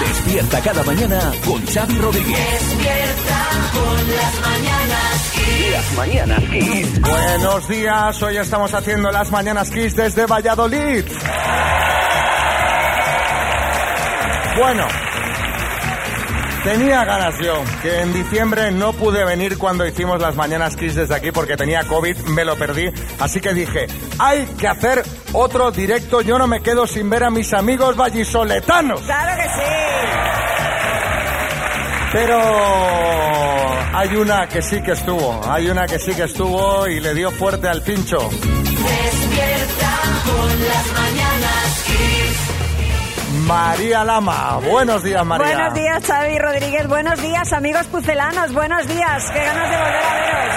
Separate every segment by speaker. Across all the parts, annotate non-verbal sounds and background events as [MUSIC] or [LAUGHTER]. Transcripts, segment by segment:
Speaker 1: Despierta cada mañana con Xavi Rodríguez.
Speaker 2: Despierta con las mañanas.
Speaker 1: Las mañanas Kiss.
Speaker 3: Buenos días, hoy estamos haciendo las Mañanas Kiss desde Valladolid. Bueno, tenía ganas yo, que en diciembre no pude venir cuando hicimos las Mañanas Kiss desde aquí porque tenía COVID, me lo perdí, así que dije, hay que hacer otro directo, yo no me quedo sin ver a mis amigos vallisoletanos.
Speaker 4: Claro que sí.
Speaker 3: Pero hay una que sí que estuvo, hay una que sí que estuvo y le dio fuerte al pincho.
Speaker 2: Despierta con las mañanas. Kiss.
Speaker 3: María Lama, buenos días María.
Speaker 4: Buenos días, Xavi Rodríguez. Buenos días, amigos pucelanos. Buenos días. Qué ganas de volver a veros.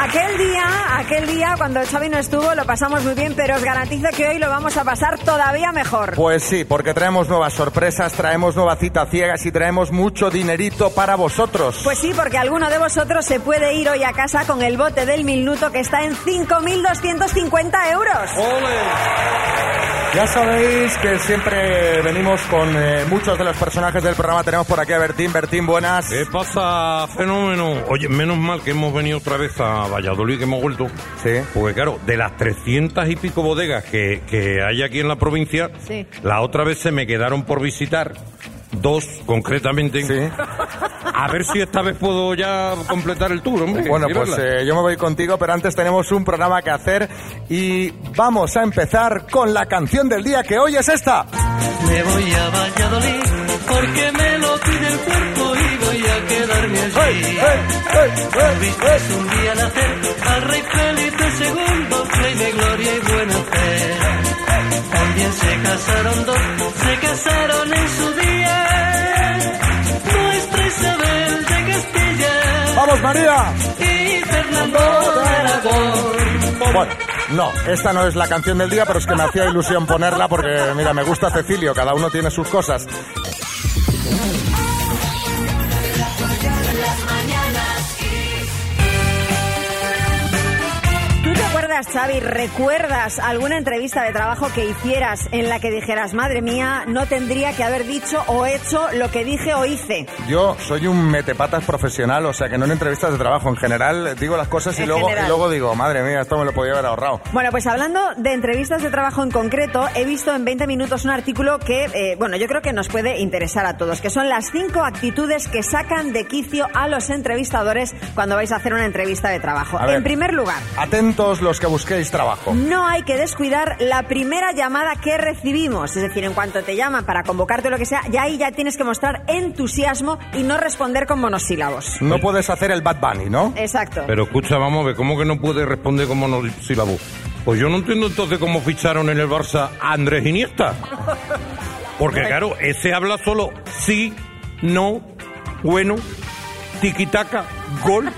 Speaker 4: Aquel día, aquel día cuando Xavi no estuvo, lo pasamos muy bien, pero os garantizo que hoy lo vamos a pasar todavía mejor.
Speaker 3: Pues sí, porque traemos nuevas sorpresas, traemos nueva cita ciegas y traemos mucho dinerito para vosotros.
Speaker 4: Pues sí, porque alguno de vosotros se puede ir hoy a casa con el bote del minuto que está en 5.250 euros.
Speaker 3: Ya sabéis que siempre venimos con eh, muchos de los personajes del programa. Tenemos por aquí a Bertín. Bertín, buenas.
Speaker 5: ¿Qué pasa, fenómeno? Oye, menos mal que hemos venido otra vez a Valladolid, que hemos vuelto.
Speaker 3: Sí.
Speaker 5: Porque claro, de las 300 y pico bodegas que, que hay aquí en la provincia,
Speaker 4: Sí.
Speaker 5: la otra vez se me quedaron por visitar dos concretamente.
Speaker 3: Sí.
Speaker 5: A ver si esta vez puedo ya completar el tour, hombre.
Speaker 3: Bueno, pues
Speaker 5: Mirarla.
Speaker 3: eh, yo me voy contigo, pero antes tenemos un programa que hacer y vamos a empezar con la canción del día que hoy es esta.
Speaker 6: Me voy a Valladolid porque me lo pide el cuerpo y voy a quedarme allí.
Speaker 3: ¡Hey, hey, hey, hey, hey!
Speaker 6: Visteis un día nacer al rey Felipe II, rey de gloria y buena fe. También se casaron dos, se casaron en su día. Nuestra Isabel de Castilla
Speaker 3: ¡Vamos, María!
Speaker 6: y Fernando de Aragón.
Speaker 3: Bueno, no, esta no es la canción del día, pero es que me hacía ilusión ponerla porque, mira, me gusta Cecilio, cada uno tiene sus cosas.
Speaker 4: ¿Tú recuerdas, Xavi, recuerdas alguna entrevista de trabajo que hicieras en la que dijeras, madre mía, no tendría que haber dicho o hecho lo que dije o hice?
Speaker 3: Yo soy un metepatas profesional, o sea que no en entrevistas de trabajo, en general digo las cosas y
Speaker 4: En
Speaker 3: luego, y
Speaker 4: general.
Speaker 3: luego digo, madre mía, esto me lo podía haber ahorrado.
Speaker 4: Bueno, pues hablando de entrevistas de trabajo en concreto, he visto en 20 minutos un artículo que, eh, bueno, yo creo que nos puede interesar a todos, que son las cinco actitudes que sacan de quicio a los entrevistadores cuando vais a hacer una entrevista de trabajo.
Speaker 3: A ver.
Speaker 4: En primer lugar,
Speaker 3: Atentos los que busquéis trabajo.
Speaker 4: No hay que descuidar la primera llamada que recibimos. Es decir, en cuanto te llaman para convocarte o lo que sea, ya ahí ya tienes que mostrar entusiasmo y no responder con monosílabos.
Speaker 3: No puedes hacer el Bad Bunny, ¿no?
Speaker 4: Exacto.
Speaker 5: Pero escucha, vamos a ver, ¿cómo que no puede responder como no sílabo? Pues yo no entiendo entonces cómo ficharon en el Barça a Andrés Iniesta. Porque claro, ese habla solo sí, no, bueno, tiquitaca, gol,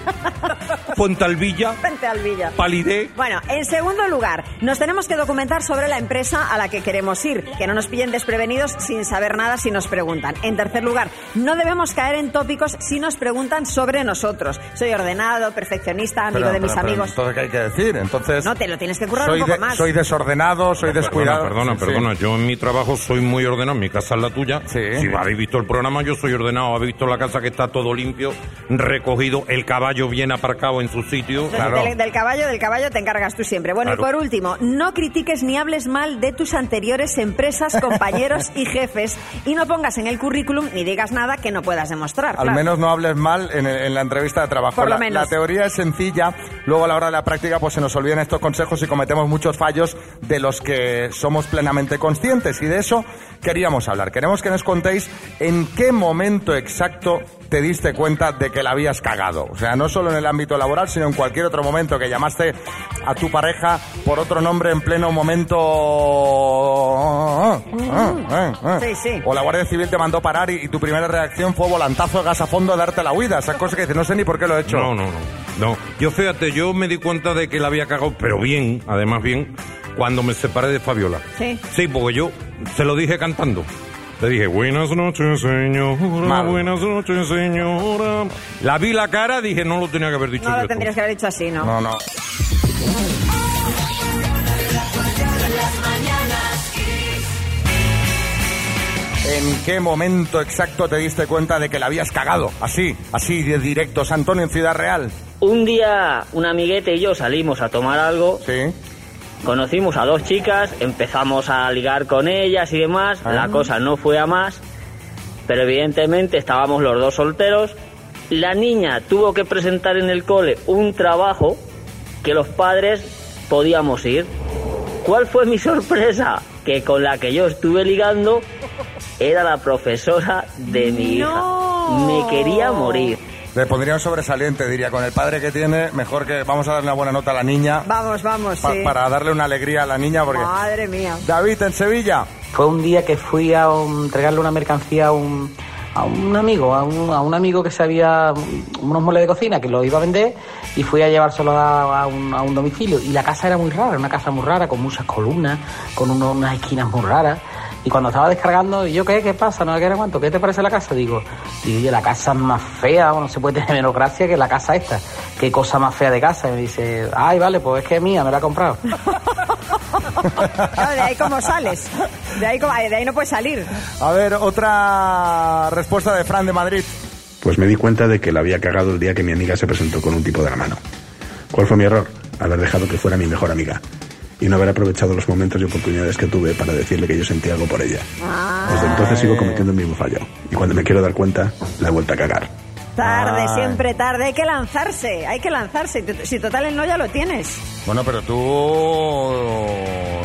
Speaker 5: Fontalvilla,
Speaker 4: Vente al Villa.
Speaker 5: palidez.
Speaker 4: Bueno, en segundo lugar, nos tenemos que documentar sobre la empresa a la que queremos ir, que no nos pillen desprevenidos sin saber nada si nos preguntan. En tercer lugar, no debemos caer en tópicos si nos preguntan sobre nosotros. Soy ordenado, perfeccionista, amigo
Speaker 3: Pero-
Speaker 4: de mis
Speaker 3: pero- pero
Speaker 4: amigos.
Speaker 3: entonces, ¿qué hay que decir? Entonces...
Speaker 4: No, te lo tienes que currar
Speaker 3: soy
Speaker 4: un poco
Speaker 3: de-
Speaker 4: más.
Speaker 3: Soy desordenado, soy descuidado.
Speaker 5: Perdona, perdona,
Speaker 3: Sí, sí.
Speaker 5: perdona. Yo en mi trabajo soy muy ordenado. Mi casa es la tuya.
Speaker 3: Sí.
Speaker 5: Si habéis visto el programa, yo soy ordenado. Habéis visto la casa que está todo limpio, recogido, el caballo bien aparcado en su sitio.
Speaker 4: Entonces, del, del caballo, del caballo te encargas tú siempre. Bueno, y
Speaker 5: Claro.
Speaker 4: por último, no critiques ni hables mal de tus anteriores empresas,
Speaker 3: [LAUGHS]
Speaker 4: compañeros y jefes y no pongas en el currículum ni digas nada que no puedas demostrar.
Speaker 3: Al
Speaker 4: claro.
Speaker 3: menos no hables mal en, en la entrevista de trabajo.
Speaker 4: Por lo
Speaker 3: La-
Speaker 4: menos.
Speaker 3: La teoría es sencilla, luego a la hora de la práctica pues se nos olvidan estos consejos y cometemos muchos fallos de los que somos plenamente conscientes y de eso queríamos hablar. Queremos que nos contéis en qué momento exacto te diste cuenta de que la habías cagado. O sea, no solo en el ámbito laboral, sino en cualquier otro momento que llamaste a tu pareja por otro nombre en pleno momento...
Speaker 4: Mm.
Speaker 3: Ah,
Speaker 4: Sí, sí.
Speaker 3: O la Guardia Civil te mandó parar y, y tu primera reacción fue volantazo de gas a fondo, darte la huida. Esas cosas que dices, no sé ni por qué lo he hecho.
Speaker 5: No, no, no. No. Yo fíjate, yo me di cuenta de que la había cagado, pero bien, además bien, cuando me separé de Fabiola.
Speaker 4: Sí.
Speaker 5: Sí, porque yo se lo dije cantando. Le dije, buenas noches, señora.
Speaker 3: Mal.
Speaker 5: Buenas noches, señora. La vi la cara, dije, no lo tenía que haber dicho
Speaker 4: No
Speaker 5: yo.
Speaker 4: lo tendrías que haber dicho así, ¿no?
Speaker 3: No, no. ¿En qué momento exacto te diste cuenta de que la habías cagado? Así, así de directo, San Antonio en Ciudad Real.
Speaker 7: Un día un amiguete y yo salimos a tomar algo,
Speaker 3: Sí.
Speaker 7: conocimos a dos chicas, empezamos a ligar con ellas y demás,
Speaker 3: Ah.
Speaker 7: la cosa no fue a más, pero evidentemente estábamos los dos solteros. La niña tuvo que presentar en el cole un trabajo que los padres podíamos ir. ¿Cuál fue mi [LAUGHS] sorpresa? Que con la que yo estuve ligando era la profesora de mi
Speaker 4: No.
Speaker 7: hija. Me quería morir.
Speaker 3: Le pondría un sobresaliente, diría, con el padre que tiene, mejor que vamos a darle una buena nota a la niña
Speaker 4: Vamos, vamos,
Speaker 3: pa-
Speaker 4: sí.
Speaker 3: para darle una alegría a la niña porque...
Speaker 4: Madre
Speaker 3: [LAUGHS]
Speaker 4: mía.
Speaker 3: David, en Sevilla.
Speaker 8: Fue un día que fui a un- entregarle una mercancía a un, a un amigo, a un, a un amigo que sabía unos muebles de cocina que lo iba a vender y fui a llevárselo a, a un, a un domicilio. Y la casa era muy rara, una casa muy rara, con muchas columnas, con uno- unas esquinas muy raras. Y cuando estaba descargando, y yo, ¿qué, qué pasa? No, ¿qué era cuánto? ¿Qué te parece la casa? Digo, digo, oye, la casa es más fea, no se puede tener menos gracia que la casa esta. ¿Qué cosa más fea de casa? Y me dice, ay, vale, pues es que es mía, me la ha comprado.
Speaker 4: Claro, de ahí cómo sales. De ahí, cómo- de ahí no puedes salir.
Speaker 3: A ver, otra respuesta de Fran de Madrid.
Speaker 9: Pues me di cuenta de que la había cagado el día que mi amiga se presentó con un tipo de la mano. ¿Cuál fue mi error? Haber dejado que fuera mi mejor amiga y no haber aprovechado los momentos y oportunidades que tuve para decirle que yo sentía algo por ella.
Speaker 4: Ah,
Speaker 9: Desde
Speaker 10: Ah.
Speaker 9: entonces sigo cometiendo el mismo fallo y cuando me quiero dar cuenta la he vuelto a cagar.
Speaker 4: Tarde,
Speaker 3: Ay.
Speaker 4: siempre tarde. Hay que lanzarse, hay que lanzarse. T- Si total el no ya lo tienes.
Speaker 3: Bueno, pero tú...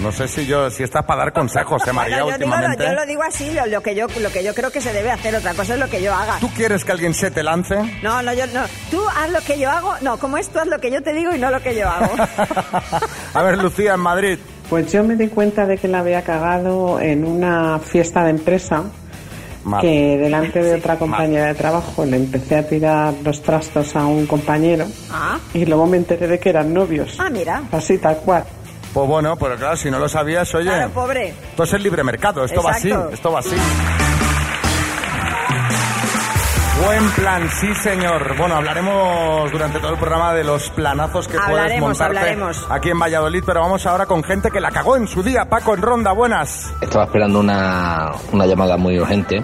Speaker 3: No sé si yo si estás para dar consejos,
Speaker 4: [LAUGHS]
Speaker 3: ¿eh, María,
Speaker 4: Bueno, yo, digo,
Speaker 3: últimamente?
Speaker 4: yo lo digo así, lo, lo que yo, lo que yo creo que se debe hacer. Otra cosa es lo que yo haga.
Speaker 3: ¿Tú quieres que alguien se te lance? [LAUGHS]
Speaker 4: No, no, yo no. Tú haz lo que yo hago. No, ¿cómo es? Tú haz lo que yo te digo y no lo que yo
Speaker 3: [LAUGHS]
Speaker 4: hago.
Speaker 3: a ver, Lucía, en Madrid.
Speaker 11: Pues yo me di cuenta de que la había cagado en una fiesta de empresa
Speaker 3: Mal.
Speaker 11: que delante de otra compañera de trabajo le empecé a tirar los trastos a un compañero
Speaker 4: ah,
Speaker 11: y luego me enteré de que eran novios.
Speaker 4: ah, mira.
Speaker 11: Así, tal cual.
Speaker 3: Pues bueno, pero claro, si no lo sabías, oye...
Speaker 4: Claro, pobre.
Speaker 3: Esto es el libre mercado, esto va
Speaker 4: Exacto.
Speaker 3: así, esto va así. Buen plan, sí señor. Bueno, hablaremos durante todo el programa de los planazos que puedes
Speaker 4: Hablaremos,
Speaker 3: montarte
Speaker 4: hablaremos.
Speaker 3: aquí en Valladolid, pero vamos ahora con gente que la cagó en su día. Paco en Ronda, buenas.
Speaker 12: Estaba esperando una, una llamada muy urgente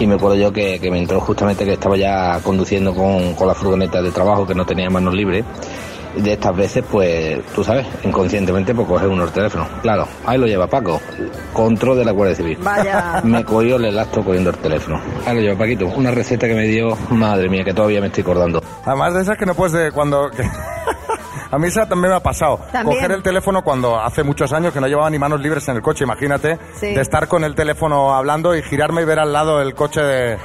Speaker 12: y me acuerdo yo que, que me entró justamente que estaba ya conduciendo con, con la furgoneta de trabajo que no tenía manos libres. De estas veces, pues, tú sabes, inconscientemente, pues coge uno el teléfono. Claro, ahí lo lleva Paco, control de la Guardia Civil.
Speaker 3: [LAUGHS]
Speaker 12: Pues
Speaker 4: Vaya.
Speaker 12: Me cogió el elastro cogiendo el teléfono. Ahí lo lleva Paquito, una receta que me dio, madre mía, que todavía me estoy acordando.
Speaker 3: Además de esas que no puedes de cuando... que- [LAUGHS] A mí esa también me ha pasado.
Speaker 4: También.
Speaker 3: Coger el teléfono cuando hace muchos años que no llevaba ni manos libres en el coche, imagínate.
Speaker 4: Sí.
Speaker 3: De estar con el teléfono hablando y girarme y ver al lado el coche de,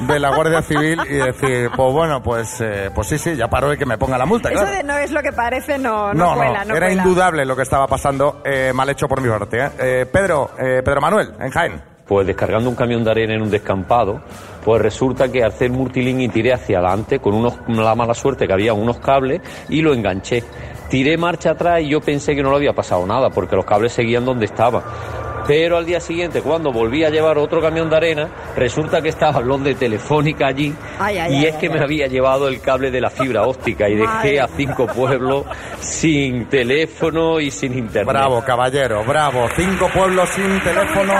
Speaker 3: de la Guardia Civil y decir, pues bueno, pues, eh, pues sí, sí, ya paro y que me ponga la multa,
Speaker 4: Eso
Speaker 3: claro.
Speaker 4: de no es lo que parece, no, no, cuela, no
Speaker 3: era
Speaker 4: cuela.
Speaker 3: indudable lo que estaba pasando, eh, mal hecho por mi parte. ¿eh? Eh, Pedro, eh, Pedro Manuel, en Jaén.
Speaker 13: Pues descargando un camión de arena en un descampado, pues resulta que al hacer multilínea tiré hacia adelante con unos, la mala suerte que había unos cables y lo enganché. Tiré marcha atrás y yo pensé que no le había pasado nada porque los cables seguían donde estaban. Pero al día siguiente, cuando volví a llevar otro camión de arena, resulta que estaba los de Telefónica allí
Speaker 4: Ay, ay,
Speaker 13: y
Speaker 4: ay,
Speaker 13: es
Speaker 4: ay,
Speaker 13: que
Speaker 4: ay.
Speaker 13: me había llevado el cable de la fibra óptica y
Speaker 4: Madre.
Speaker 13: dejé a cinco pueblos sin teléfono y sin internet.
Speaker 3: Bravo, caballero, bravo. Cinco pueblos sin teléfono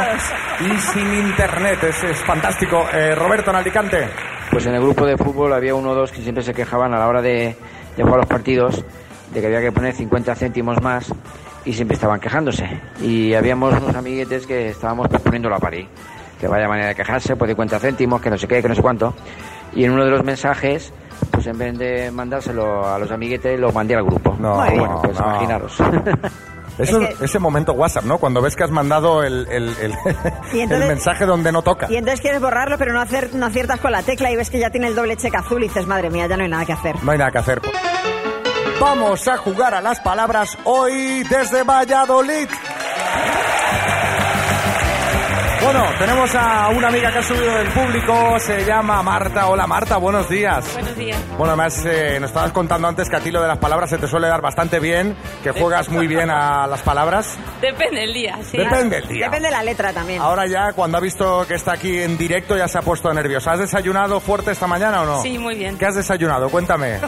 Speaker 3: y sin internet. Es, es fantástico. Eh, Roberto, en Alicante.
Speaker 8: Pues en el grupo de fútbol había uno o dos que siempre se quejaban a la hora de, de jugar los partidos de que había que poner 50 céntimos más y siempre estaban quejándose. Y habíamos unos amiguetes que estábamos pues, poniendo la parí. Que vaya manera de quejarse, pues de 50 céntimos, que no sé qué, que no sé cuánto. Y en uno de los mensajes, pues en vez de mandárselo a los amiguetes, lo mandé al grupo.
Speaker 3: No,
Speaker 8: bueno, pues
Speaker 3: no.
Speaker 8: imaginaros.
Speaker 3: Eso-
Speaker 4: Es que-
Speaker 3: Ese momento WhatsApp, ¿no? Cuando ves que has mandado el, el- el-
Speaker 4: Y entonces-
Speaker 3: [LAUGHS] el mensaje donde no toca.
Speaker 4: Y entonces quieres borrarlo, pero no, hacer, no aciertas con la tecla y ves que ya tiene el doble cheque azul y dices, madre mía, ya no hay nada que hacer.
Speaker 3: No hay nada que hacer. Vamos a jugar a las palabras hoy desde Valladolid. Bueno, tenemos a una amiga que ha subido del público, se llama Marta. Hola Marta, buenos días.
Speaker 14: Buenos días.
Speaker 3: Bueno, además eh, nos estabas contando antes que a ti lo de las palabras se te suele dar bastante bien, que juegas muy bien a las palabras.
Speaker 14: Depende el día, sí.
Speaker 3: Depende el día.
Speaker 4: Depende la letra también.
Speaker 3: Ahora ya, cuando ha visto que está aquí en directo, ya se ha puesto nerviosa. ¿Has desayunado fuerte esta mañana o no?
Speaker 14: Sí, muy bien.
Speaker 3: ¿Qué has desayunado?
Speaker 14: [LAUGHS]
Speaker 3: Cuéntame.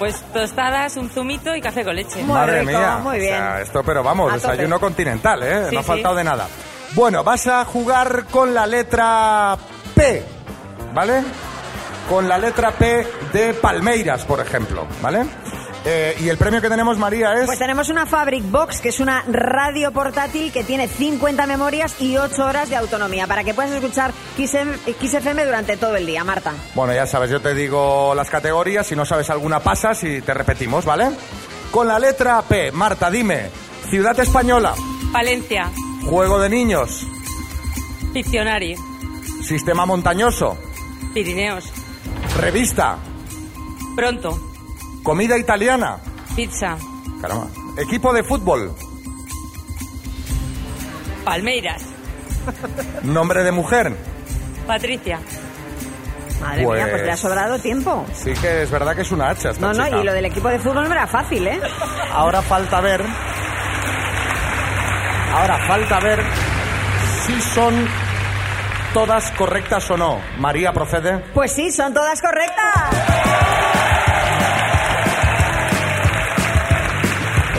Speaker 14: Pues tostadas, un zumito y café con leche.
Speaker 3: Madre mía. O sea, esto, pero vamos,
Speaker 14: A tope.
Speaker 3: desayuno continental, ¿eh?
Speaker 14: Sí,
Speaker 3: no ha
Speaker 14: sí.
Speaker 3: faltado de nada. Bueno, vas a jugar con la letra P, ¿vale? Con la letra P de Palmeiras, por ejemplo, ¿vale? Eh, y el premio que tenemos, María, es...
Speaker 14: eh,
Speaker 4: Pues tenemos una Fabric Box, que es una radio portátil que tiene 50 memorias y 8 horas de autonomía, para que puedas escuchar Em, eh, XFM durante todo el día, Marta.
Speaker 3: Bueno, ya sabes, yo te digo las categorías, si no sabes alguna pasas y te repetimos, ¿vale? Con la letra P, Marta, dime, ciudad española,
Speaker 14: Valencia,
Speaker 3: juego de niños,
Speaker 14: Piccionari,
Speaker 3: sistema montañoso,
Speaker 14: Pirineos,
Speaker 3: revista,
Speaker 14: Pronto,
Speaker 3: comida italiana,
Speaker 14: Pizza,
Speaker 3: caramba, equipo de fútbol,
Speaker 14: Palmeiras,
Speaker 3: nombre de mujer.
Speaker 14: Patricia.
Speaker 4: Madre mía, pues
Speaker 3: Pues-
Speaker 4: te ha sobrado tiempo.
Speaker 3: Sí que es verdad que es una hacha esta
Speaker 4: No, no,
Speaker 3: chica.
Speaker 4: y lo del equipo de fútbol no era fácil, ¿eh?
Speaker 3: Ahora falta ver. Ahora falta ver si son todas correctas o no. María procede.
Speaker 4: Pues sí, son todas correctas.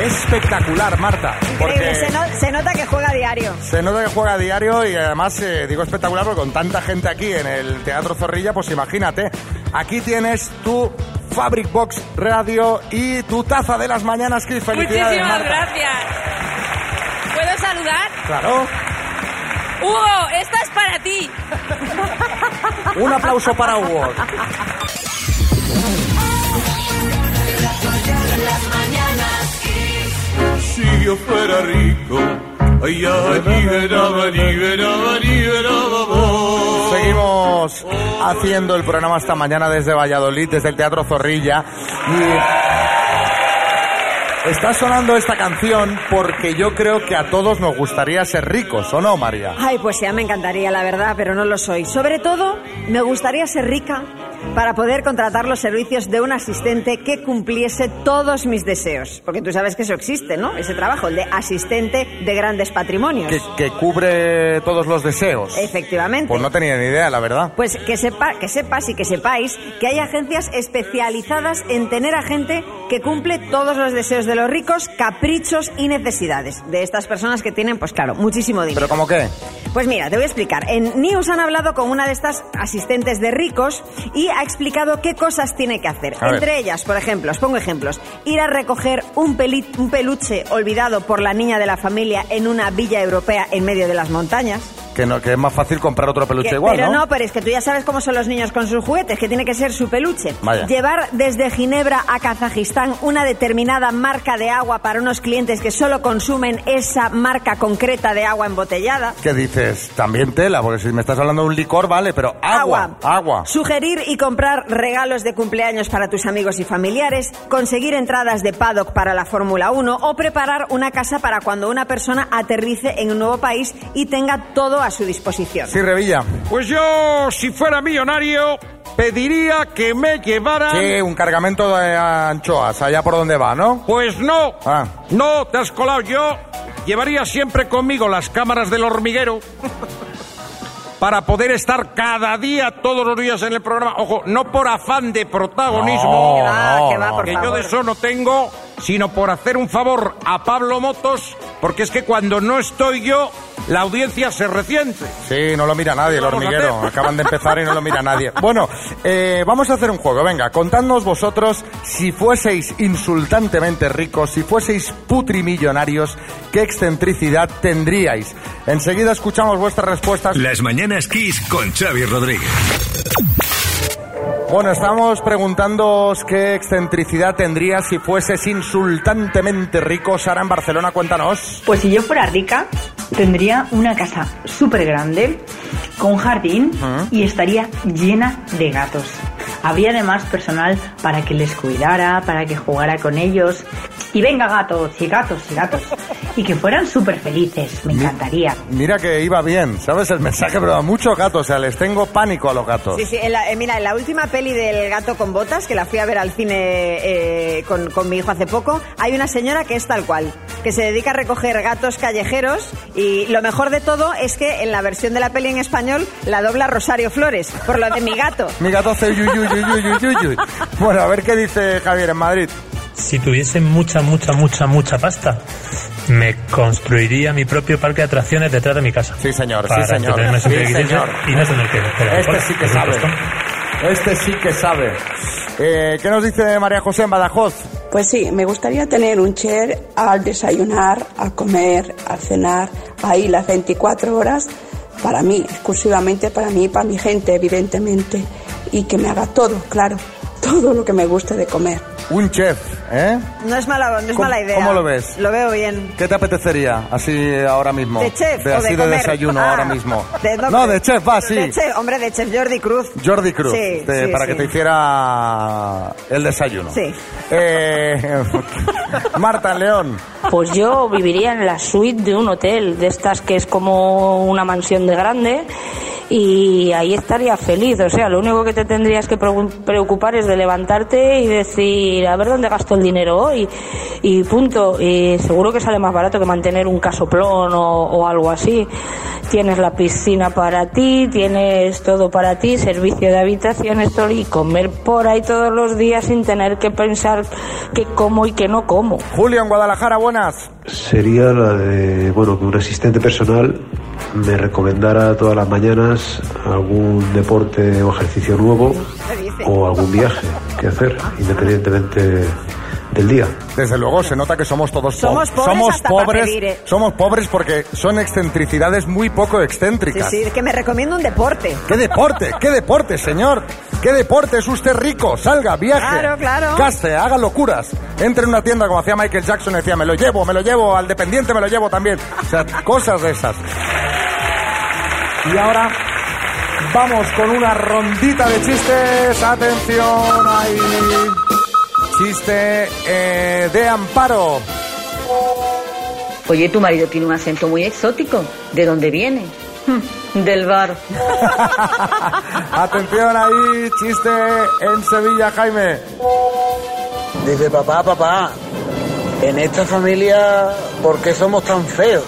Speaker 3: Espectacular, Marta.
Speaker 4: Increíble,
Speaker 3: Porque
Speaker 4: se, no- se nota que juega a diario.
Speaker 3: se nota que juega a diario y además eh, digo espectacular porque con tanta gente aquí en el Teatro Zorrilla, pues imagínate. Aquí tienes tu Fabric Box Radio y tu taza de las mañanas, Kiss. Felicidades,
Speaker 14: Muchísimas
Speaker 3: Marta.
Speaker 14: gracias. ¿Puedo saludar?
Speaker 3: Claro.
Speaker 14: Hugo, esto es para ti.
Speaker 3: Un aplauso para Hugo.
Speaker 2: Las mañanas Kiss.
Speaker 15: Si yo fuera rico, ay, ay, liberaba, liberaba, liberaba vos.
Speaker 3: Seguimos haciendo el programa esta mañana desde Valladolid, desde el Teatro Zorrilla. Y está sonando esta canción porque yo creo que a todos nos gustaría ser ricos, ¿o no, María?
Speaker 4: Ay, pues ya me encantaría, la verdad, pero no lo soy. Sobre todo, me gustaría ser rica para poder contratar los servicios de un asistente que cumpliese todos mis deseos. Porque tú sabes que eso existe, ¿no? Ese trabajo, el de asistente de grandes patrimonios.
Speaker 3: Que, que cubre todos los deseos.
Speaker 4: Efectivamente.
Speaker 3: Pues no tenía ni idea, la verdad.
Speaker 4: Pues que, sepa, que sepas y que sepáis que hay agencias especializadas en tener a gente que cumple todos los deseos de los ricos, caprichos y necesidades. De estas personas que tienen, pues claro, muchísimo dinero.
Speaker 3: ¿Pero cómo qué?
Speaker 4: Pues mira, te voy a explicar. En News han hablado con una de estas asistentes de ricos y ha explicado qué cosas tiene que hacer.
Speaker 2: A ver.
Speaker 4: Entre ellas, por ejemplo, os pongo ejemplos. Ir a recoger un, peli- un peluche olvidado por la niña de la familia en una villa europea en medio de las montañas.
Speaker 3: Que, no, que es más fácil comprar otro peluche
Speaker 4: Que-
Speaker 3: Pues igual,
Speaker 4: pero
Speaker 3: ¿no?
Speaker 4: pero es que tú ya sabes cómo son los niños con sus juguetes, que tiene que ser su peluche.
Speaker 3: Vaya.
Speaker 4: Llevar desde Ginebra a Kazajistán una determinada marca de agua para unos clientes que solo consumen esa marca concreta de agua embotellada.
Speaker 3: ¿Qué dices? También tela, porque si me estás hablando de un licor, vale, pero agua, agua.
Speaker 4: Sugerir y comprar regalos de cumpleaños para tus amigos y familiares, conseguir entradas de paddock para la Fórmula 1 o preparar una casa para cuando una persona aterrice en un nuevo país y tenga todo a su disposición.
Speaker 3: Sí, Revilla.
Speaker 5: Pues yo, si fuera millonario, pediría que me llevaran...
Speaker 3: Sí, un cargamento de anchoas, allá por donde va, ¿no?
Speaker 5: Pues no,
Speaker 2: Ah.
Speaker 5: no, te has colado. Yo llevaría siempre conmigo las cámaras del hormiguero para poder estar cada día, todos los días en el programa. Ojo, no por afán de protagonismo,
Speaker 2: No, Que va,
Speaker 3: Oh.
Speaker 2: no, que va, por
Speaker 5: que yo
Speaker 2: favor.
Speaker 5: de eso no tengo, sino por hacer un favor a Pablo Motos, porque es que cuando no estoy yo, la audiencia se resiente.
Speaker 3: Sí, no lo mira nadie, el
Speaker 5: vamos a
Speaker 3: hormiguero.
Speaker 5: hacer?
Speaker 3: Acaban de empezar y no lo
Speaker 2: [LAUGHS]
Speaker 3: mira nadie. Bueno, eh, vamos a hacer un juego. Venga, contadnos vosotros si fueseis insultantemente ricos, si fueseis putrimillonarios, qué excentricidad tendríais. Enseguida escuchamos vuestras respuestas.
Speaker 1: Las mañanas Kiss con Xavi Rodríguez.
Speaker 3: Bueno, estamos preguntándoos qué excentricidad tendrías si fueses insultantemente rico. Sara, en Barcelona, cuéntanos.
Speaker 16: Pues si yo fuera rica, tendría una casa súper grande, con jardín
Speaker 3: Ajá.
Speaker 16: y estaría llena de gatos. Había además personal para que les cuidara, para que jugara con ellos. Y venga gatos, y gatos, y gatos. Y que fueran súper felices, me encantaría.
Speaker 3: Mira que iba bien, ¿sabes? El mensaje, pero a muchos gatos, o sea, les tengo pánico a los gatos.
Speaker 4: Sí, sí, en la- eh, mira, en la última peli del gato con botas, que la fui a ver al cine eh, con, con mi hijo hace poco, hay una señora que es tal cual, que se dedica a recoger gatos callejeros y lo mejor de todo es que en la versión de la peli en español la dobla Rosario Flores, por lo de mi gato.
Speaker 3: Mi gato hace yuyu, yuyu, yuyu, yuyu. Bueno, a ver qué dice Javier en Madrid.
Speaker 17: Si tuviese mucha, mucha, mucha, mucha pasta, me construiría mi propio parque de atracciones detrás de mi casa.
Speaker 3: Sí, señor, sí,
Speaker 17: para
Speaker 3: señor.
Speaker 17: entretenerme siempre
Speaker 3: Sí,
Speaker 17: que quisiese
Speaker 3: señor.
Speaker 17: Y no tener que esperar.
Speaker 3: Este
Speaker 17: Hola,
Speaker 3: sí que
Speaker 17: por
Speaker 3: sabe.
Speaker 17: supuesto.
Speaker 3: Este sí que sabe. Eh, ¿Qué nos dice María José en Badajoz?
Speaker 10: Pues sí, me gustaría tener un chair al desayunar, al comer, al cenar, ahí las 24 horas, para mí, exclusivamente para mí, para mi gente, evidentemente, y que me haga todo, claro, todo lo que me guste de comer.
Speaker 3: Un chef, ¿eh?
Speaker 4: No es mala, no es
Speaker 3: ¿Cómo-
Speaker 4: mala idea.
Speaker 3: ¿Cómo lo ves?
Speaker 4: Lo veo bien.
Speaker 3: ¿Qué te apetecería así ahora mismo?
Speaker 4: ¿De chef o de
Speaker 3: así de
Speaker 4: comer?
Speaker 3: desayuno
Speaker 4: Ah.
Speaker 3: ahora mismo.
Speaker 4: De-
Speaker 3: no, de chef, va, sí.
Speaker 4: De chef, hombre, de chef Jordi Cruz.
Speaker 3: Jordi Cruz,
Speaker 4: Sí,
Speaker 3: de-
Speaker 4: sí,
Speaker 3: para
Speaker 4: sí.
Speaker 3: que te hiciera el desayuno.
Speaker 4: Sí.
Speaker 3: Eh, [LAUGHS] Marta León.
Speaker 18: Pues yo viviría en la suite de un hotel, de estas que es como una mansión de grande, y ahí estaría feliz. O sea, lo único que te tendrías que preocu- preocupar es de levantarte y decir, a ver dónde gasto el dinero hoy, y punto. Y seguro que sale más barato que mantener un casoplón o, o algo así. Tienes la piscina para ti, tienes todo para ti, servicio de habitación, esto, y comer por ahí todos los días sin tener que pensar que como y que no como.
Speaker 3: Julio en Guadalajara, buenas.
Speaker 19: Sería la de, bueno, que un asistente personal me recomendara todas las mañanas algún deporte o ejercicio nuevo o algún viaje que hacer, independientemente del día.
Speaker 3: Desde luego se nota que somos todos
Speaker 4: Somos pobres
Speaker 3: somos
Speaker 4: hasta pa'
Speaker 3: pobres,
Speaker 4: pedir, eh.
Speaker 3: somos pobres porque son excentricidades muy poco excéntricas.
Speaker 4: Sí, sí, que me recomiendo un deporte.
Speaker 3: ¿Qué deporte? ¿Qué deporte, señor? ¿Qué deporte? Es usted rico, salga, viaje.
Speaker 4: Claro, claro.
Speaker 3: Gaste, haga locuras. Entre en una tienda como hacía Michael Jackson, decía, me lo llevo, me lo llevo, al dependiente me lo llevo también. O sea, cosas de esas. Y ahora vamos con una rondita de chistes. Atención, ahí. Chiste eh, de amparo.
Speaker 20: Oye, tu marido tiene un acento muy exótico. ¿De dónde viene?
Speaker 16: Hmm,
Speaker 20: Del bar.
Speaker 3: Atención ahí, chiste en Sevilla, Jaime.
Speaker 21: Dice, papá, papá, en esta familia, ¿por qué somos tan feos?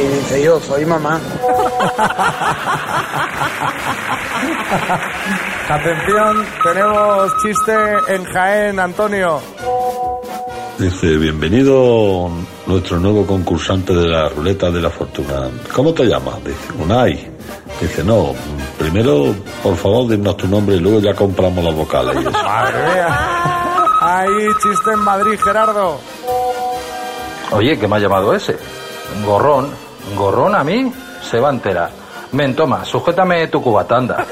Speaker 21: Y dice, yo soy mamá.
Speaker 3: Atención, tenemos chiste en Jaén, Antonio.
Speaker 22: Dice, bienvenido nuestro nuevo concursante de la ruleta de la fortuna. ¿Cómo te llamas? Dice, Unai. Dice, no, primero, por favor, dinos tu nombre y luego ya compramos las vocales. Y eso.
Speaker 3: Madre mía. Ahí, chiste en Madrid, Gerardo.
Speaker 23: Oye, ¿qué me ha llamado ese? Gorrón. Gorrón a mí se va a enterar. Ven, toma, sujétame tu cubatanda.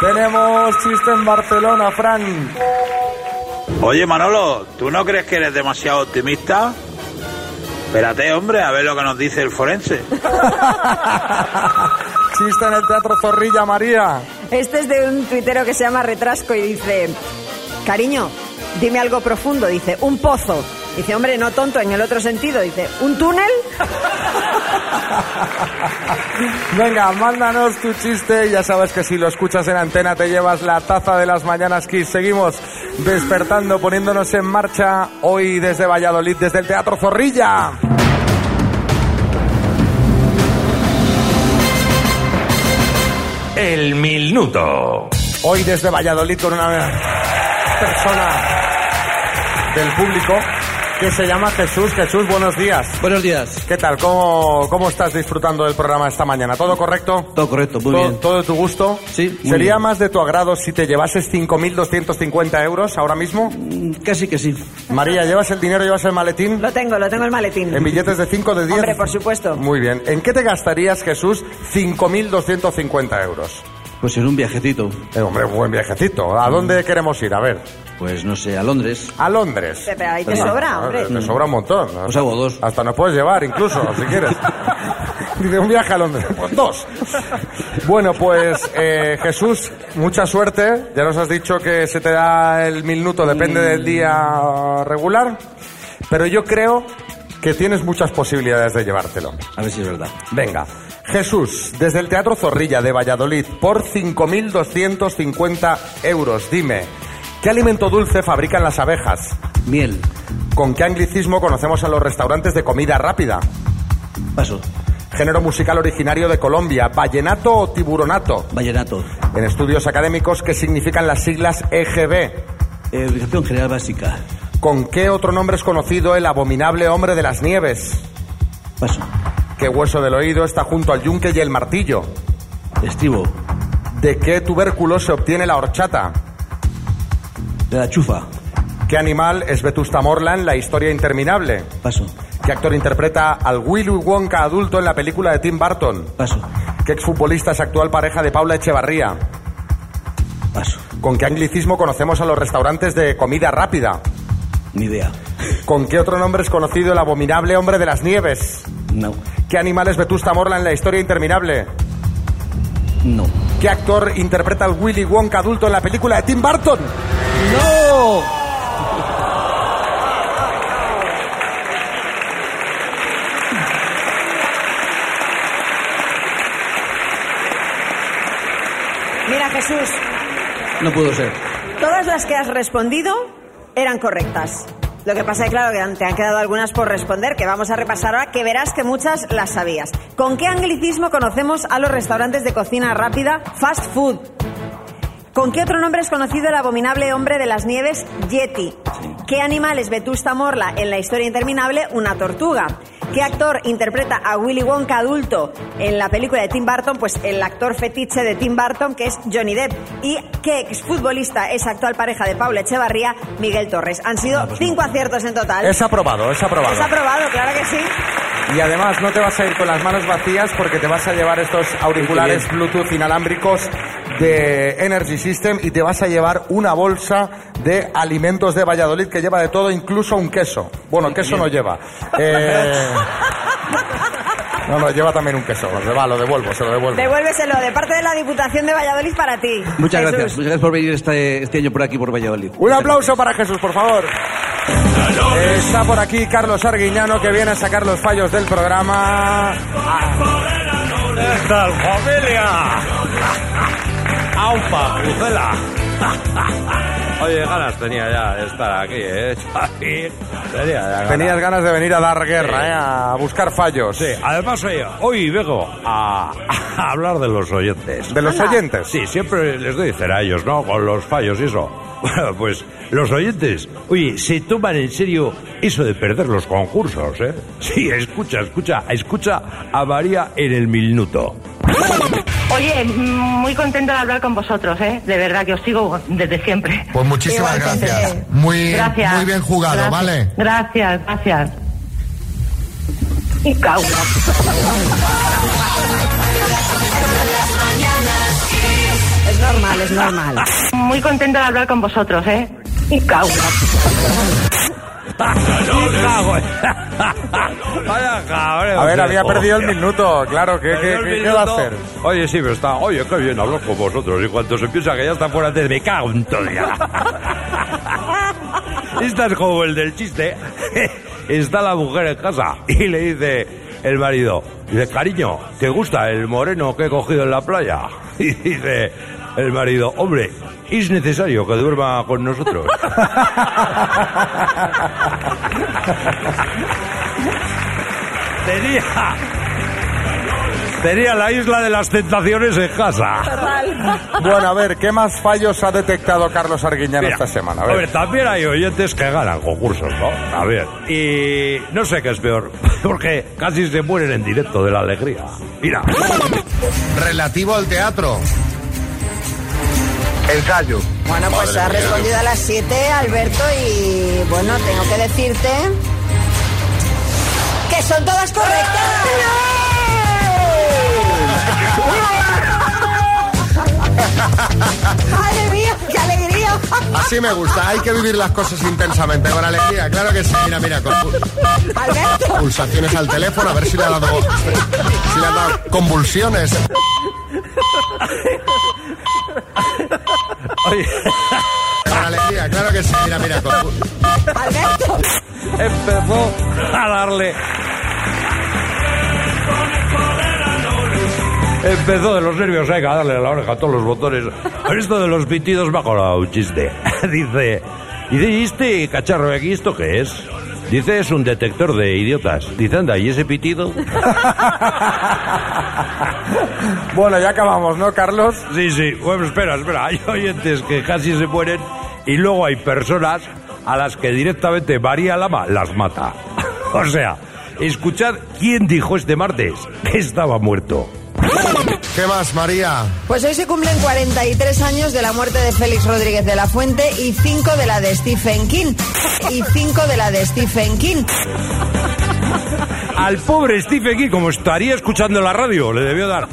Speaker 3: Tenemos chiste en Barcelona, Fran.
Speaker 24: Oye Manolo, ¿tú no crees que eres demasiado optimista? Espérate, hombre, a ver lo que nos dice el forense.
Speaker 3: Chiste en el Teatro Zorrilla, María.
Speaker 4: Este es de un tuitero que se llama Retrasco y dice, cariño, dime algo profundo, dice, un pozo. Dice, hombre, no tonto, en el otro sentido, dice, ¿un túnel? [LAUGHS]
Speaker 3: Venga, mándanos tu chiste. Ya sabes que si lo escuchas en antena te llevas la taza de las mañanas Kiss. Seguimos despertando, poniéndonos en marcha hoy desde Valladolid, desde el Teatro Zorrilla.
Speaker 25: El minuto.
Speaker 3: Hoy desde Valladolid con una persona del público que se llama Jesús. Jesús, buenos días.
Speaker 26: Buenos días.
Speaker 3: ¿Qué tal? ¿Cómo, cómo estás disfrutando del programa esta mañana? ¿Todo correcto?
Speaker 26: Todo correcto, muy
Speaker 3: ¿Todo,
Speaker 26: bien.
Speaker 3: todo de tu gusto? Sí.
Speaker 26: muy
Speaker 3: ¿Sería
Speaker 26: bien.
Speaker 3: más de tu agrado si te llevases 5.250 euros ahora mismo?
Speaker 26: Mm, Casi que sí.
Speaker 3: María, ¿llevas el dinero, llevas el maletín?
Speaker 4: Lo tengo, lo tengo el maletín.
Speaker 3: ¿En billetes de 5, de 10?
Speaker 4: Hombre, por supuesto.
Speaker 3: Muy bien. ¿En qué te gastarías, Jesús, 5.250 euros? Eh,
Speaker 26: Pues en un viajecito.
Speaker 3: hombre, buen viajecito. ¿A dónde queremos ir? A ver.
Speaker 26: Pues no sé, a Londres.
Speaker 3: A Londres.
Speaker 4: Pero ahí te sobra,
Speaker 3: Ah,
Speaker 4: hombre.
Speaker 3: Te sobra un montón. Hasta,
Speaker 26: hago dos. [LAUGHS]
Speaker 3: Hasta nos puedes llevar, incluso, si quieres. Dice, un viaje a Londres. Pues dos. Bueno, pues eh, Jesús, mucha suerte. Ya nos has dicho que se te da el minuto, depende
Speaker 26: Mm.
Speaker 3: del día regular. Pero yo creo que tienes muchas posibilidades de llevártelo.
Speaker 26: A ver si es verdad.
Speaker 3: Venga. Jesús, desde el Teatro Zorrilla de Valladolid, por 5.250 euros, dime, ¿qué alimento dulce fabrican las abejas?
Speaker 26: Miel.
Speaker 3: ¿Con qué anglicismo conocemos a los restaurantes de comida rápida?
Speaker 26: Paso.
Speaker 3: Género musical originario de Colombia, vallenato o tiburonato.
Speaker 26: Vallenato.
Speaker 3: En estudios académicos, ¿qué significan las siglas EGB?
Speaker 26: Educación General Básica.
Speaker 3: ¿Con qué otro nombre es conocido el abominable hombre de las nieves?
Speaker 26: Paso.
Speaker 3: ¿Qué hueso del oído está junto al yunque y el martillo?
Speaker 26: Estribo.
Speaker 3: ¿De qué tubérculo se obtiene la horchata?
Speaker 26: De la chufa.
Speaker 3: ¿Qué animal es Vetusta Morlan, la historia interminable?
Speaker 26: Paso.
Speaker 3: ¿Qué actor interpreta al Willy Wonka adulto en la película de Tim Burton?
Speaker 26: Paso.
Speaker 3: ¿Qué exfutbolista es actual pareja de Paula Echevarría?
Speaker 26: Paso.
Speaker 3: ¿Con qué anglicismo conocemos a los restaurantes de comida rápida?
Speaker 26: Ni idea.
Speaker 3: ¿Con qué otro nombre es conocido el abominable hombre de las nieves?
Speaker 26: No.
Speaker 3: ¿Qué animal es Vetusta Morla en la historia interminable?
Speaker 26: No.
Speaker 3: ¿Qué actor interpreta al Willy Wonka adulto en la película de Tim Burton?
Speaker 26: ¡No!
Speaker 4: Mira, Jesús,
Speaker 26: No pudo ser.
Speaker 4: todas las que has respondido eran correctas. Lo que pasa es, claro, que te han quedado algunas por responder, que vamos a repasar ahora, que verás que muchas las sabías. ¿Con qué anglicismo conocemos a los restaurantes de cocina rápida fast food? ¿Con qué otro nombre es conocido el abominable hombre de las nieves, Yeti? ¿Qué animal es Vetusta Morla en la historia interminable, una tortuga? ¿Qué actor interpreta a Willy Wonka adulto en la película de Tim Burton? Pues el actor fetiche de Tim Burton, que es Johnny Depp. ¿Y qué exfutbolista es actual pareja de Paula Echevarría, Miguel Torres? Han sido
Speaker 26: Ah, pues
Speaker 4: cinco aciertos en total.
Speaker 3: Es aprobado, es aprobado.
Speaker 4: Es aprobado, claro que sí.
Speaker 3: Y además no te vas a ir con las manos vacías porque te vas a llevar estos auriculares Bluetooth inalámbricos de Energy System y te vas a llevar una bolsa de alimentos de Valladolid que lleva de todo, incluso un queso. Bueno, queso no lleva. Eh, No, no, lleva también un queso. Se va, lo devuelvo, se lo devuelvo.
Speaker 4: Devuélveselo de parte de la Diputación de Valladolid para ti.
Speaker 26: Muchas
Speaker 4: Jesús.
Speaker 26: gracias. Muchas gracias por venir este, este año por aquí, por Valladolid.
Speaker 3: Un aplauso para Jesús, por favor. Está por aquí Carlos Arguiñano que viene a sacar los fallos del programa.
Speaker 5: ¿Qué tal, familia? ¡Aupa, Crucela! [LAUGHS] Oye, ganas tenía ya de estar aquí, ¿eh? Chavi. Tenía ya ganas.
Speaker 3: Tenías ganas de venir a dar guerra, ¿eh? a buscar fallos.
Speaker 5: Sí, además oye, hoy vengo a, a hablar de los oyentes.
Speaker 3: ¿De los Anda. oyentes?
Speaker 5: Sí, siempre les doy cerallos, ¿no? Con los fallos y eso. [LAUGHS] Bueno, pues los oyentes, oye, se toman en serio eso de perder los concursos, ¿eh? Sí, escucha, escucha, escucha a María en el minuto.
Speaker 6: Oye, mm, muy contenta de hablar con vosotros, ¿eh? De verdad que os sigo desde siempre.
Speaker 7: Pues muchísimas
Speaker 6: Igualmente.
Speaker 7: gracias. Muy,
Speaker 6: Gracias.
Speaker 7: muy bien jugado,
Speaker 6: Gracias.
Speaker 7: ¿vale?
Speaker 6: Gracias, gracias. Y cago.
Speaker 4: Es normal, es normal.
Speaker 6: Muy contenta de hablar con vosotros, ¿eh? Y cago.
Speaker 5: Vaya cabrón.
Speaker 3: A ver, había perdido el minuto, claro, ¿qué, qué,
Speaker 5: Perdió el
Speaker 3: qué- qué va a
Speaker 5: minuto.
Speaker 3: hacer?
Speaker 5: Oye, sí, pero está. Oye, qué bien hablo con vosotros. Y cuando se piensa que ya está fuera de me cago en todo
Speaker 3: [LAUGHS]
Speaker 5: ya. Esta es como el del chiste. [LAUGHS] Está la mujer en casa y le dice el marido, dice, cariño, ¿te gusta el moreno que he cogido en la playa? [LAUGHS] Y dice el marido, hombre, es necesario que duerma con
Speaker 3: [LAUGHS]
Speaker 5: nosotros. Tenía. Tenía la isla de las tentaciones en casa.
Speaker 3: Bueno, a ver, ¿qué más fallos ha detectado Carlos Arguiñano
Speaker 5: Mira,
Speaker 3: esta semana? A
Speaker 5: A ver,
Speaker 3: ver.
Speaker 5: también hay oyentes que ganan concursos, ¿no? A ver. Y no sé qué es peor, [LAUGHS] porque casi se mueren en directo de la alegría. Mira.
Speaker 7: Relativo al teatro. Ensayo.
Speaker 4: Bueno, pues
Speaker 7: Madre
Speaker 4: has
Speaker 7: mía.
Speaker 4: respondido a las 7, Alberto, y bueno, tengo que decirte que son todas correctas.
Speaker 8: [LAUGHS]
Speaker 4: ¡Madre mía, qué alegría!
Speaker 7: Así me gusta, hay que vivir las cosas intensamente, con alegría, claro que sí. Mira, mira, con pu- pulsaciones al teléfono, a ver si le ha dado, si le ha dado convulsiones. Con alegría, claro que sí. Mira, mira, con pu-
Speaker 5: Empezó a darle. Empezó de los nervios, hay que darle a la oreja a todos los botones. Con esto de los pitidos me ha colado un chiste. [LAUGHS] Dice, dice, ¿y este cacharro de aquí esto qué es? Dice, es un detector de idiotas. Dice, anda, ¿y ese pitido?
Speaker 3: Bueno, ya acabamos, ¿no, Carlos?
Speaker 5: [LAUGHS] Sí, sí. Bueno, espera, espera. Hay oyentes que casi se mueren y luego hay personas a las que directamente María Lama las mata. [LAUGHS] o sea, escuchad quién dijo este martes que estaba muerto.
Speaker 7: ¿Qué más, María?
Speaker 8: Pues hoy se cumplen 43 años de la muerte de Félix Rodríguez de la Fuente y 5 de la de Stephen King. Y 5 de la de Stephen King.
Speaker 5: Al pobre Steve King, como estaría escuchando la radio, le debió dar.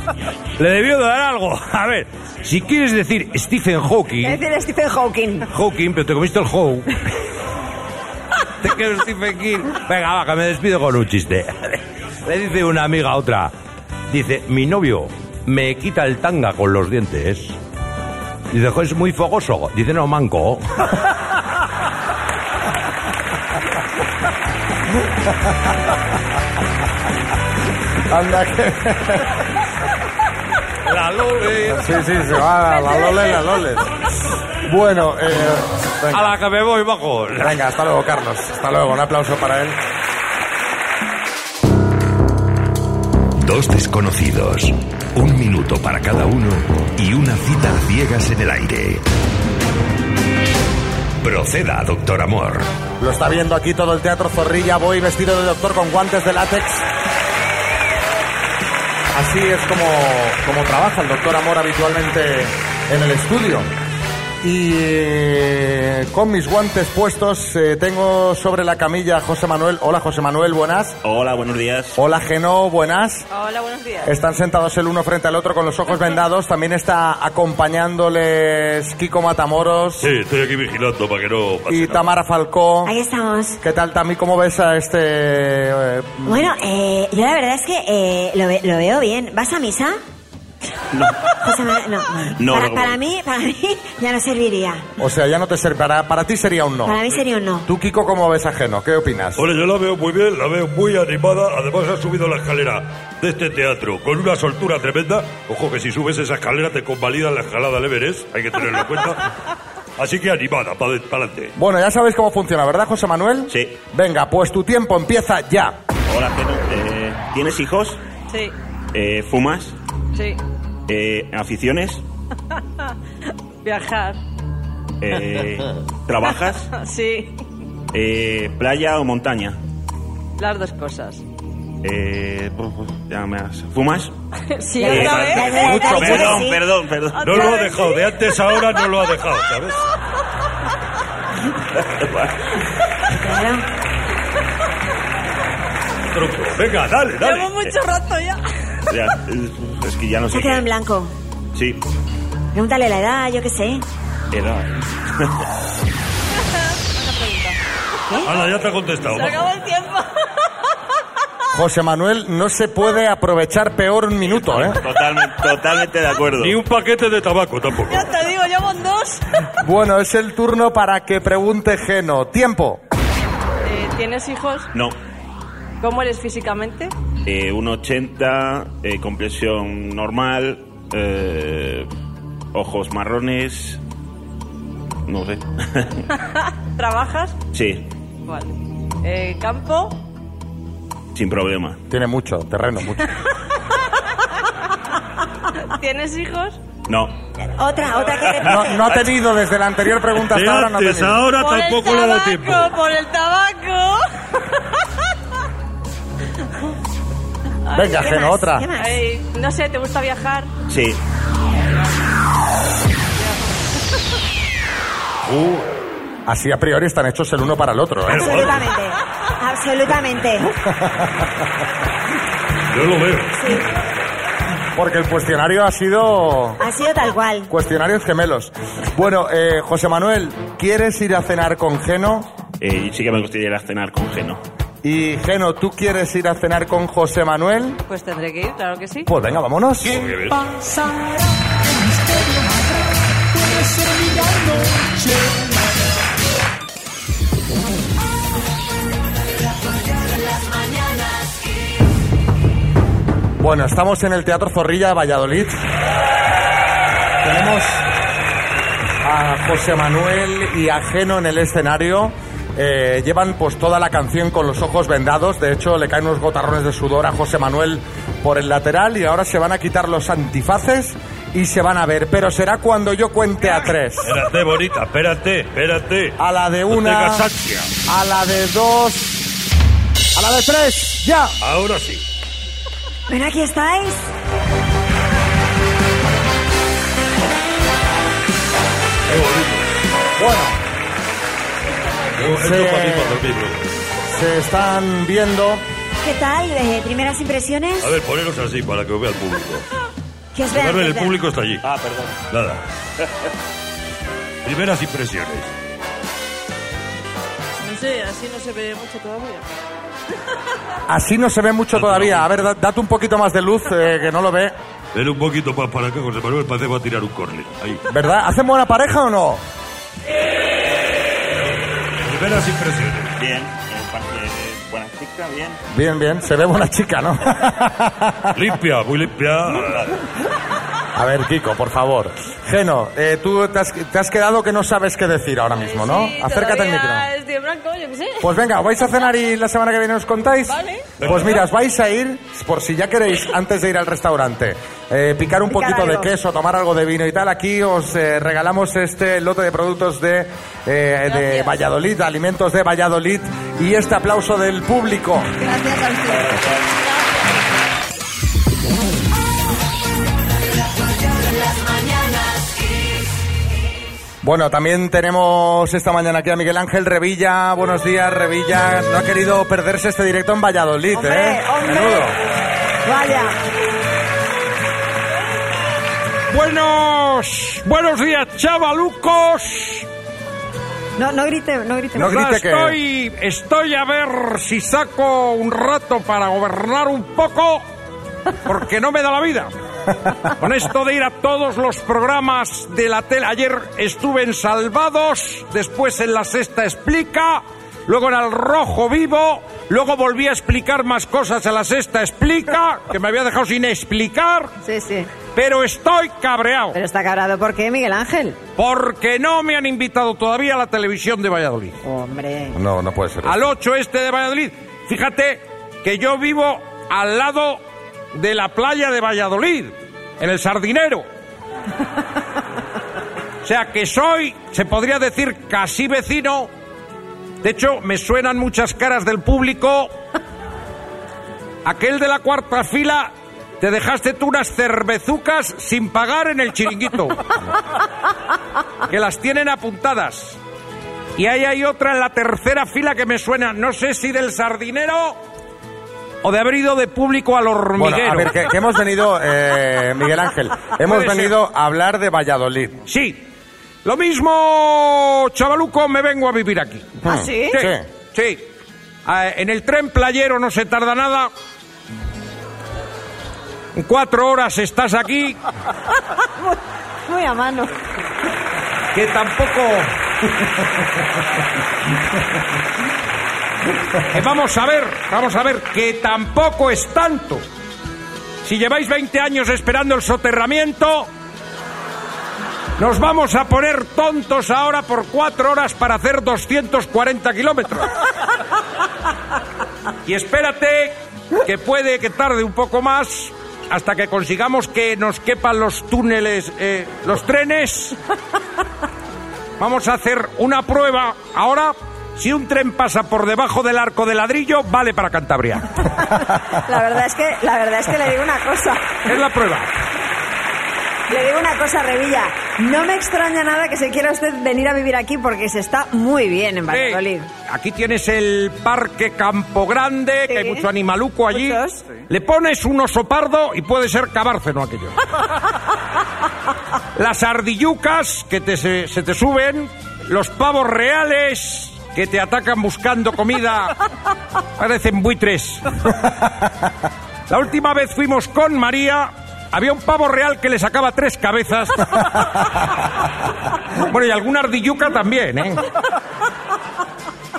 Speaker 5: Le debió dar algo. A ver, si quieres decir Stephen Hawking,
Speaker 4: Es decir, Stephen Hawking.
Speaker 5: Hawking, pero te comiste el Hawk. Te quiero Stephen King. Venga, va, que me despido con un chiste. Le dice una amiga a otra. Dice, mi novio me quita el tanga con los dientes. Dice, "Jo, es muy fogoso. Dice, no, manco.
Speaker 3: Anda que...
Speaker 5: La Lole.
Speaker 3: Sí, sí, se va la Lole, la Lole. Bueno, eh, venga.
Speaker 5: A la que me voy, bajo.
Speaker 3: Venga, hasta luego, Carlos. Hasta luego, un aplauso para él.
Speaker 1: Dos desconocidos, un minuto para cada uno y una cita a ciegas en el aire. Proceda, doctor amor.
Speaker 3: Lo está viendo aquí todo el teatro Zorrilla. Voy vestido de doctor con guantes de látex. Así es como, como trabaja el doctor Amor habitualmente en el estudio. Y eh, con mis guantes puestos eh, tengo sobre la camilla a José Manuel. Hola José Manuel, buenas.
Speaker 9: Hola, buenos días.
Speaker 3: Hola Geno, buenas.
Speaker 9: Hola, buenos días.
Speaker 3: Están sentados el uno frente al otro con los ojos vendados. También está acompañándoles Kiko Matamoros.
Speaker 9: Sí, estoy aquí vigilando para que no pase
Speaker 3: Y
Speaker 9: nada.
Speaker 3: Tamara Falcó.
Speaker 11: Ahí estamos.
Speaker 3: ¿Qué tal, Tami? ¿Cómo ves a este...? eh,
Speaker 11: Bueno, eh, yo la verdad es que eh, lo, ve- lo veo bien. ¿Vas a misa? José Manuel, No.
Speaker 3: No,
Speaker 11: para,
Speaker 3: no.
Speaker 11: para mí, para mí ya no serviría.
Speaker 3: O sea, ya no te servirá. Para, para ti sería un no.
Speaker 11: Para mí sería un no.
Speaker 3: ¿Tú, Kiko, cómo ves a Geno? ¿Qué opinas?
Speaker 9: Hola, yo la veo muy bien, la veo muy animada. Además, ha subido la escalera de este teatro con una soltura tremenda. Ojo que si subes esa escalera te convalidan la escalada al Everest, hay que tenerlo en cuenta. Así que animada, para adelante.
Speaker 3: Bueno, ya sabéis cómo funciona, ¿verdad, José Manuel? Sí. Venga, pues tu tiempo empieza ya.
Speaker 9: Hola, Geno. Eh, ¿Tienes hijos?
Speaker 14: Sí,
Speaker 9: Eh, ¿Fumas?
Speaker 14: sí.
Speaker 9: Eh, ¿Aficiones?
Speaker 14: Viajar.
Speaker 9: Eh,
Speaker 14: [LAUGHS]
Speaker 9: ¿Trabajas?
Speaker 14: Sí,
Speaker 9: Eh, ¿Playa o montaña?
Speaker 14: las dos cosas.
Speaker 9: Eh, bu- bu- ya me has- ¿Fumas?
Speaker 14: Sí,
Speaker 9: Eh,
Speaker 14: otra vez.
Speaker 9: perdón,
Speaker 14: Otra vez,
Speaker 9: Perdón,
Speaker 14: sí.
Speaker 9: perdón, perdón.
Speaker 14: Otra No lo ha vez,
Speaker 9: dejado, de antes a ahora no lo ha dejado, ¿sabes? Tronco, venga, dale, dale. Eh.
Speaker 11: Llevo mucho rato
Speaker 9: [LAUGHS]
Speaker 11: ya.
Speaker 9: Ya, eh, es que ya no
Speaker 11: Se
Speaker 9: sé.
Speaker 11: ha quedado en
Speaker 9: qué-
Speaker 11: blanco.
Speaker 9: Sí,
Speaker 11: Pregúntale la edad, yo qué sé.
Speaker 9: era. Ana, ya te ha contestado.
Speaker 14: Se acabó el tiempo. [LAUGHS]
Speaker 3: José Manuel, no se puede aprovechar peor un minuto,
Speaker 9: [LAUGHS]
Speaker 3: ¿eh?
Speaker 9: Totalmente, totalmente de acuerdo. Ni un paquete de tabaco tampoco.
Speaker 14: Ya te digo, llevo en dos. [LAUGHS]
Speaker 3: Bueno, es el turno para que pregunte Geno. Tiempo.
Speaker 14: Eh, ¿Tienes hijos?
Speaker 9: No,
Speaker 14: ¿Cómo eres físicamente?
Speaker 9: eh, un 80, eh, compresión normal, eh, ojos marrones. No sé.
Speaker 14: ¿Trabajas?
Speaker 9: sí,
Speaker 14: Vale. Eh,
Speaker 9: [LAUGHS]
Speaker 14: ¿Campo?
Speaker 9: sin problema.
Speaker 3: Tiene mucho, terreno, mucho.
Speaker 14: ¿Tienes hijos?
Speaker 9: No.
Speaker 11: Otra, otra que te
Speaker 3: No, no ha tenido desde la anterior pregunta hasta
Speaker 9: De
Speaker 3: ahora. No ha
Speaker 9: antes
Speaker 3: tenido.
Speaker 9: a ahora
Speaker 14: Por el
Speaker 9: tampoco le ha dado
Speaker 14: tabaco,
Speaker 9: tiempo.
Speaker 14: Por el tabaco. Ay,
Speaker 3: Venga,
Speaker 14: ¿qué
Speaker 3: Geno,
Speaker 14: más?
Speaker 3: otra.
Speaker 14: ¿Qué más? Ay, no sé, ¿te gusta viajar?
Speaker 9: Sí.
Speaker 3: Así a priori están hechos el uno para el otro, ¿eh?
Speaker 11: Absolutamente. Absolutamente.
Speaker 9: Yo lo veo.
Speaker 3: Porque el cuestionario ha sido...
Speaker 11: Ha sido tal cual.
Speaker 3: Cuestionarios gemelos. Bueno, eh, José Manuel, ¿quieres ir a cenar con Geno?
Speaker 2: Eh, sí que me gustaría ir a cenar con Geno.
Speaker 3: Y Geno, ¿tú quieres ir a cenar con José Manuel?
Speaker 14: Pues tendré que ir, claro que sí.
Speaker 3: Pues venga, vámonos. Bueno, estamos en el Teatro Zorrilla de Valladolid. Tenemos a José Manuel y a Geno en el escenario. Eh, llevan pues toda la canción con los ojos vendados. De hecho, le caen unos gotarrones de sudor a José Manuel por el lateral y ahora se van a quitar los antifaces y se van a ver. Pero será cuando yo cuente a tres.
Speaker 9: Espérate, bonita, espérate, espérate.
Speaker 3: A la de
Speaker 9: No
Speaker 3: una,
Speaker 9: tengas ansia.
Speaker 3: a la de dos, a la de tres. Ya.
Speaker 9: Ahora sí.
Speaker 11: Bueno, aquí estáis.
Speaker 3: Bueno.
Speaker 9: Esto
Speaker 3: Sí.
Speaker 9: para mí, para dormir,
Speaker 3: Se están viendo.
Speaker 11: ¿Qué tal? Eh, primeras impresiones.
Speaker 9: ¿no? A ver, poneros así para que os vea el público.
Speaker 11: ¿Qué os vean, qué
Speaker 9: Manuel, el
Speaker 11: os vean?
Speaker 9: público está allí. Ah, perdón. Nada. Primeras impresiones.
Speaker 14: No sé, así no se ve mucho todavía.
Speaker 3: Así no se ve mucho todavía. A ver, da- date un poquito más de luz, eh, que no lo ve.
Speaker 9: Ven un poquito más para acá, José Manuel, parece que va a tirar un córner. Ahí.
Speaker 3: ¿Verdad? ¿Hacen buena pareja o no?
Speaker 9: Primeras impresiones.
Speaker 11: [LAUGHS]
Speaker 2: Bien, eh, parece eh, buena chica, bien.
Speaker 3: Bien, bien. Se ve buena chica, ¿no?
Speaker 9: limpia, muy limpia.
Speaker 3: [LAUGHS] A ver, Kiko, por favor. Geno, eh, tú te has, te has quedado que no sabes qué decir ahora mismo, ¿no? Acércate al micro.
Speaker 14: Todavía Estoy en blanco, yo qué sé.
Speaker 3: Pues venga, ¿vais a cenar y la semana que viene os contáis?
Speaker 14: Vale.
Speaker 3: Pues mira, os vais a ir, por si ya queréis, antes de ir al restaurante, eh, picar un
Speaker 4: Picar
Speaker 3: poquito de
Speaker 4: algo.
Speaker 3: queso, tomar algo de vino y tal. Aquí os eh, regalamos este lote de productos de, eh, de Valladolid, de alimentos de Valladolid y este aplauso del público.
Speaker 8: Gracias a usted.
Speaker 3: Bueno, también tenemos esta mañana aquí a Miguel Ángel Revilla. Buenos días, Revilla. No ha querido perderse este directo en Valladolid,
Speaker 4: Hombre,
Speaker 3: ¿eh?
Speaker 4: hombre.
Speaker 3: Menudo.
Speaker 4: Vaya.
Speaker 12: Buenos, buenos días, chavalucos.
Speaker 4: No, no grite, no grite.
Speaker 12: estoy, estoy a ver si saco un rato para gobernar un poco, porque no me da la vida. Con esto de ir a todos los programas de la tele, ayer estuve en Salvados, después en La Sexta Explica, luego en Al Rojo Vivo, luego volví a explicar más cosas a La Sexta Explica, que me había dejado sin explicar,
Speaker 4: Sí, sí.
Speaker 12: pero estoy cabreado.
Speaker 4: Pero está cabrado, ¿por qué, Miguel Ángel?
Speaker 12: Porque no me han invitado todavía a la televisión de Valladolid.
Speaker 4: Hombre.
Speaker 3: No, no puede ser.
Speaker 12: Al 8 este de Valladolid. Fíjate que yo vivo al lado de la playa de Valladolid, en el Sardinero. O sea que soy, se podría decir, casi vecino. De hecho, me suenan muchas caras del público. Aquel de la cuarta fila, te dejaste tú unas cervezucas sin pagar en el chiringuito. Que las tienen apuntadas. Y ahí hay otra en la tercera fila que me suena, no sé si del sardinero o de haber ido de público al hormiguero.
Speaker 3: Bueno, a ver, que, que hemos venido, eh, Miguel Ángel, hemos
Speaker 12: Puede ser.
Speaker 3: venido a hablar de Valladolid.
Speaker 12: Sí. Lo mismo, chavaluco, me vengo a vivir aquí.
Speaker 3: ¿Ah, sí?
Speaker 12: Sí.
Speaker 3: Sí.
Speaker 12: sí. Ah, en el tren playero no se tarda nada. En cuatro horas estás aquí,
Speaker 4: [LAUGHS] Muy a mano.
Speaker 12: que tampoco... Eh, vamos a ver, vamos a ver, que tampoco es tanto. Si lleváis 20 años esperando el soterramiento, nos vamos a poner tontos ahora por cuatro horas para hacer 240 kilómetros. Y espérate, que puede que tarde un poco más hasta que consigamos que nos quepan los túneles, eh, los trenes. Vamos a hacer una prueba ahora. Si un tren pasa por debajo del arco de ladrillo, vale para Cantabria.
Speaker 4: La verdad es que, la verdad es que le digo una cosa.
Speaker 12: Es la prueba.
Speaker 4: Le digo una cosa, Revilla. No me extraña nada que se quiera usted venir a vivir aquí porque se está muy bien en Valladolid.
Speaker 12: Aquí tienes el Parque Campo Grande, que hay mucho animaluco allí.
Speaker 4: Muchos.
Speaker 12: Le pones un oso pardo y puede ser cabárceno aquello. Las ardillucas que te se, se te suben, los pavos reales que te atacan buscando comida, parecen buitres. La última vez fuimos con María. Había un pavo real que le sacaba tres cabezas. Bueno, y alguna ardilluca también, ¿eh?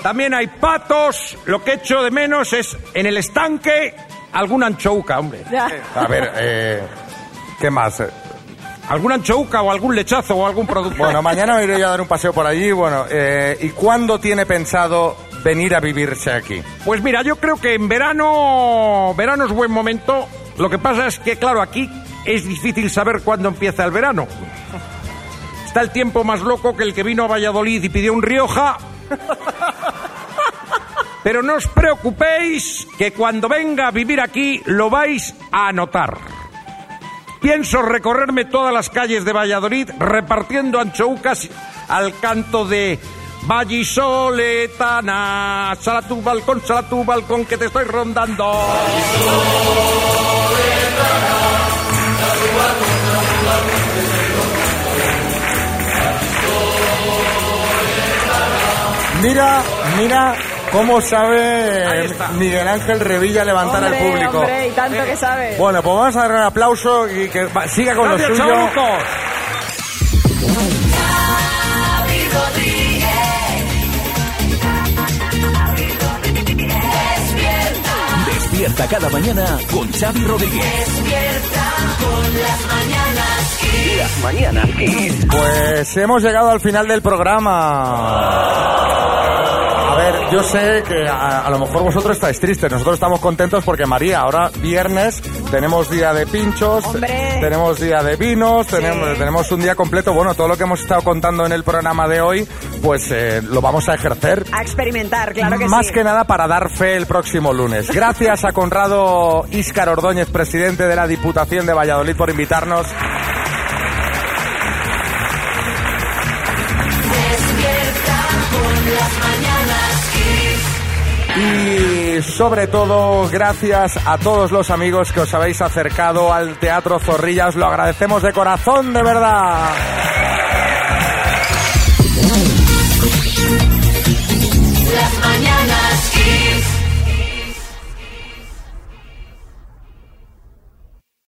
Speaker 12: También hay patos. Lo que echo de menos es en el estanque alguna anchouca, hombre.
Speaker 4: Ya.
Speaker 3: A ver, eh, ¿qué más? Eh,
Speaker 12: ¿Alguna anchouca o algún lechazo o algún producto?
Speaker 3: Bueno, mañana me iré yo a dar un paseo por allí. Bueno, eh, ¿y cuándo tiene pensado venir a vivirse aquí?
Speaker 12: [LAUGHS] Pues mira, yo creo que en verano, verano es buen momento. Lo que pasa es que, claro, aquí es difícil saber cuándo empieza el verano. Está el tiempo más loco que el que vino a Valladolid y pidió un Rioja. Pero no os preocupéis que cuando venga a vivir aquí lo vais a anotar. Pienso recorrerme todas las calles de Valladolid repartiendo anchoucas al canto de Vallisoletana, sala tu balcón, sala tu balcón que te estoy rondando.
Speaker 3: Mira, mira cómo sabe Miguel Ángel Revilla levantar al
Speaker 4: Hombre,
Speaker 3: público.
Speaker 4: hombre, y tanto que sabe.
Speaker 3: Bueno, pues vamos a dar un aplauso y que va- siga con
Speaker 4: Gracias,
Speaker 3: lo suyo.
Speaker 4: chavalucos.
Speaker 13: Despierta cada mañana con Xavi Rodríguez.
Speaker 15: Las mañanas Kiss.
Speaker 3: Pues hemos llegado al final del programa. A ver, yo sé que a, a lo mejor vosotros estáis tristes, nosotros estamos contentos porque María, ahora viernes tenemos día de pinchos, tenemos día de vinos, tenemos, tenemos un día completo, bueno, todo lo que hemos estado contando en el programa de hoy, pues eh, lo vamos a ejercer
Speaker 4: A experimentar, claro que
Speaker 3: más
Speaker 4: sí.
Speaker 3: que nada para dar fe el próximo lunes. Gracias a Conrado Íscar Ordóñez, presidente de la Diputación de Valladolid, por invitarnos. Y sobre todo, gracias a todos los amigos que os habéis acercado al Teatro Zorrilla. Os lo agradecemos de corazón, de verdad.
Speaker 15: Las mañanas Kiss.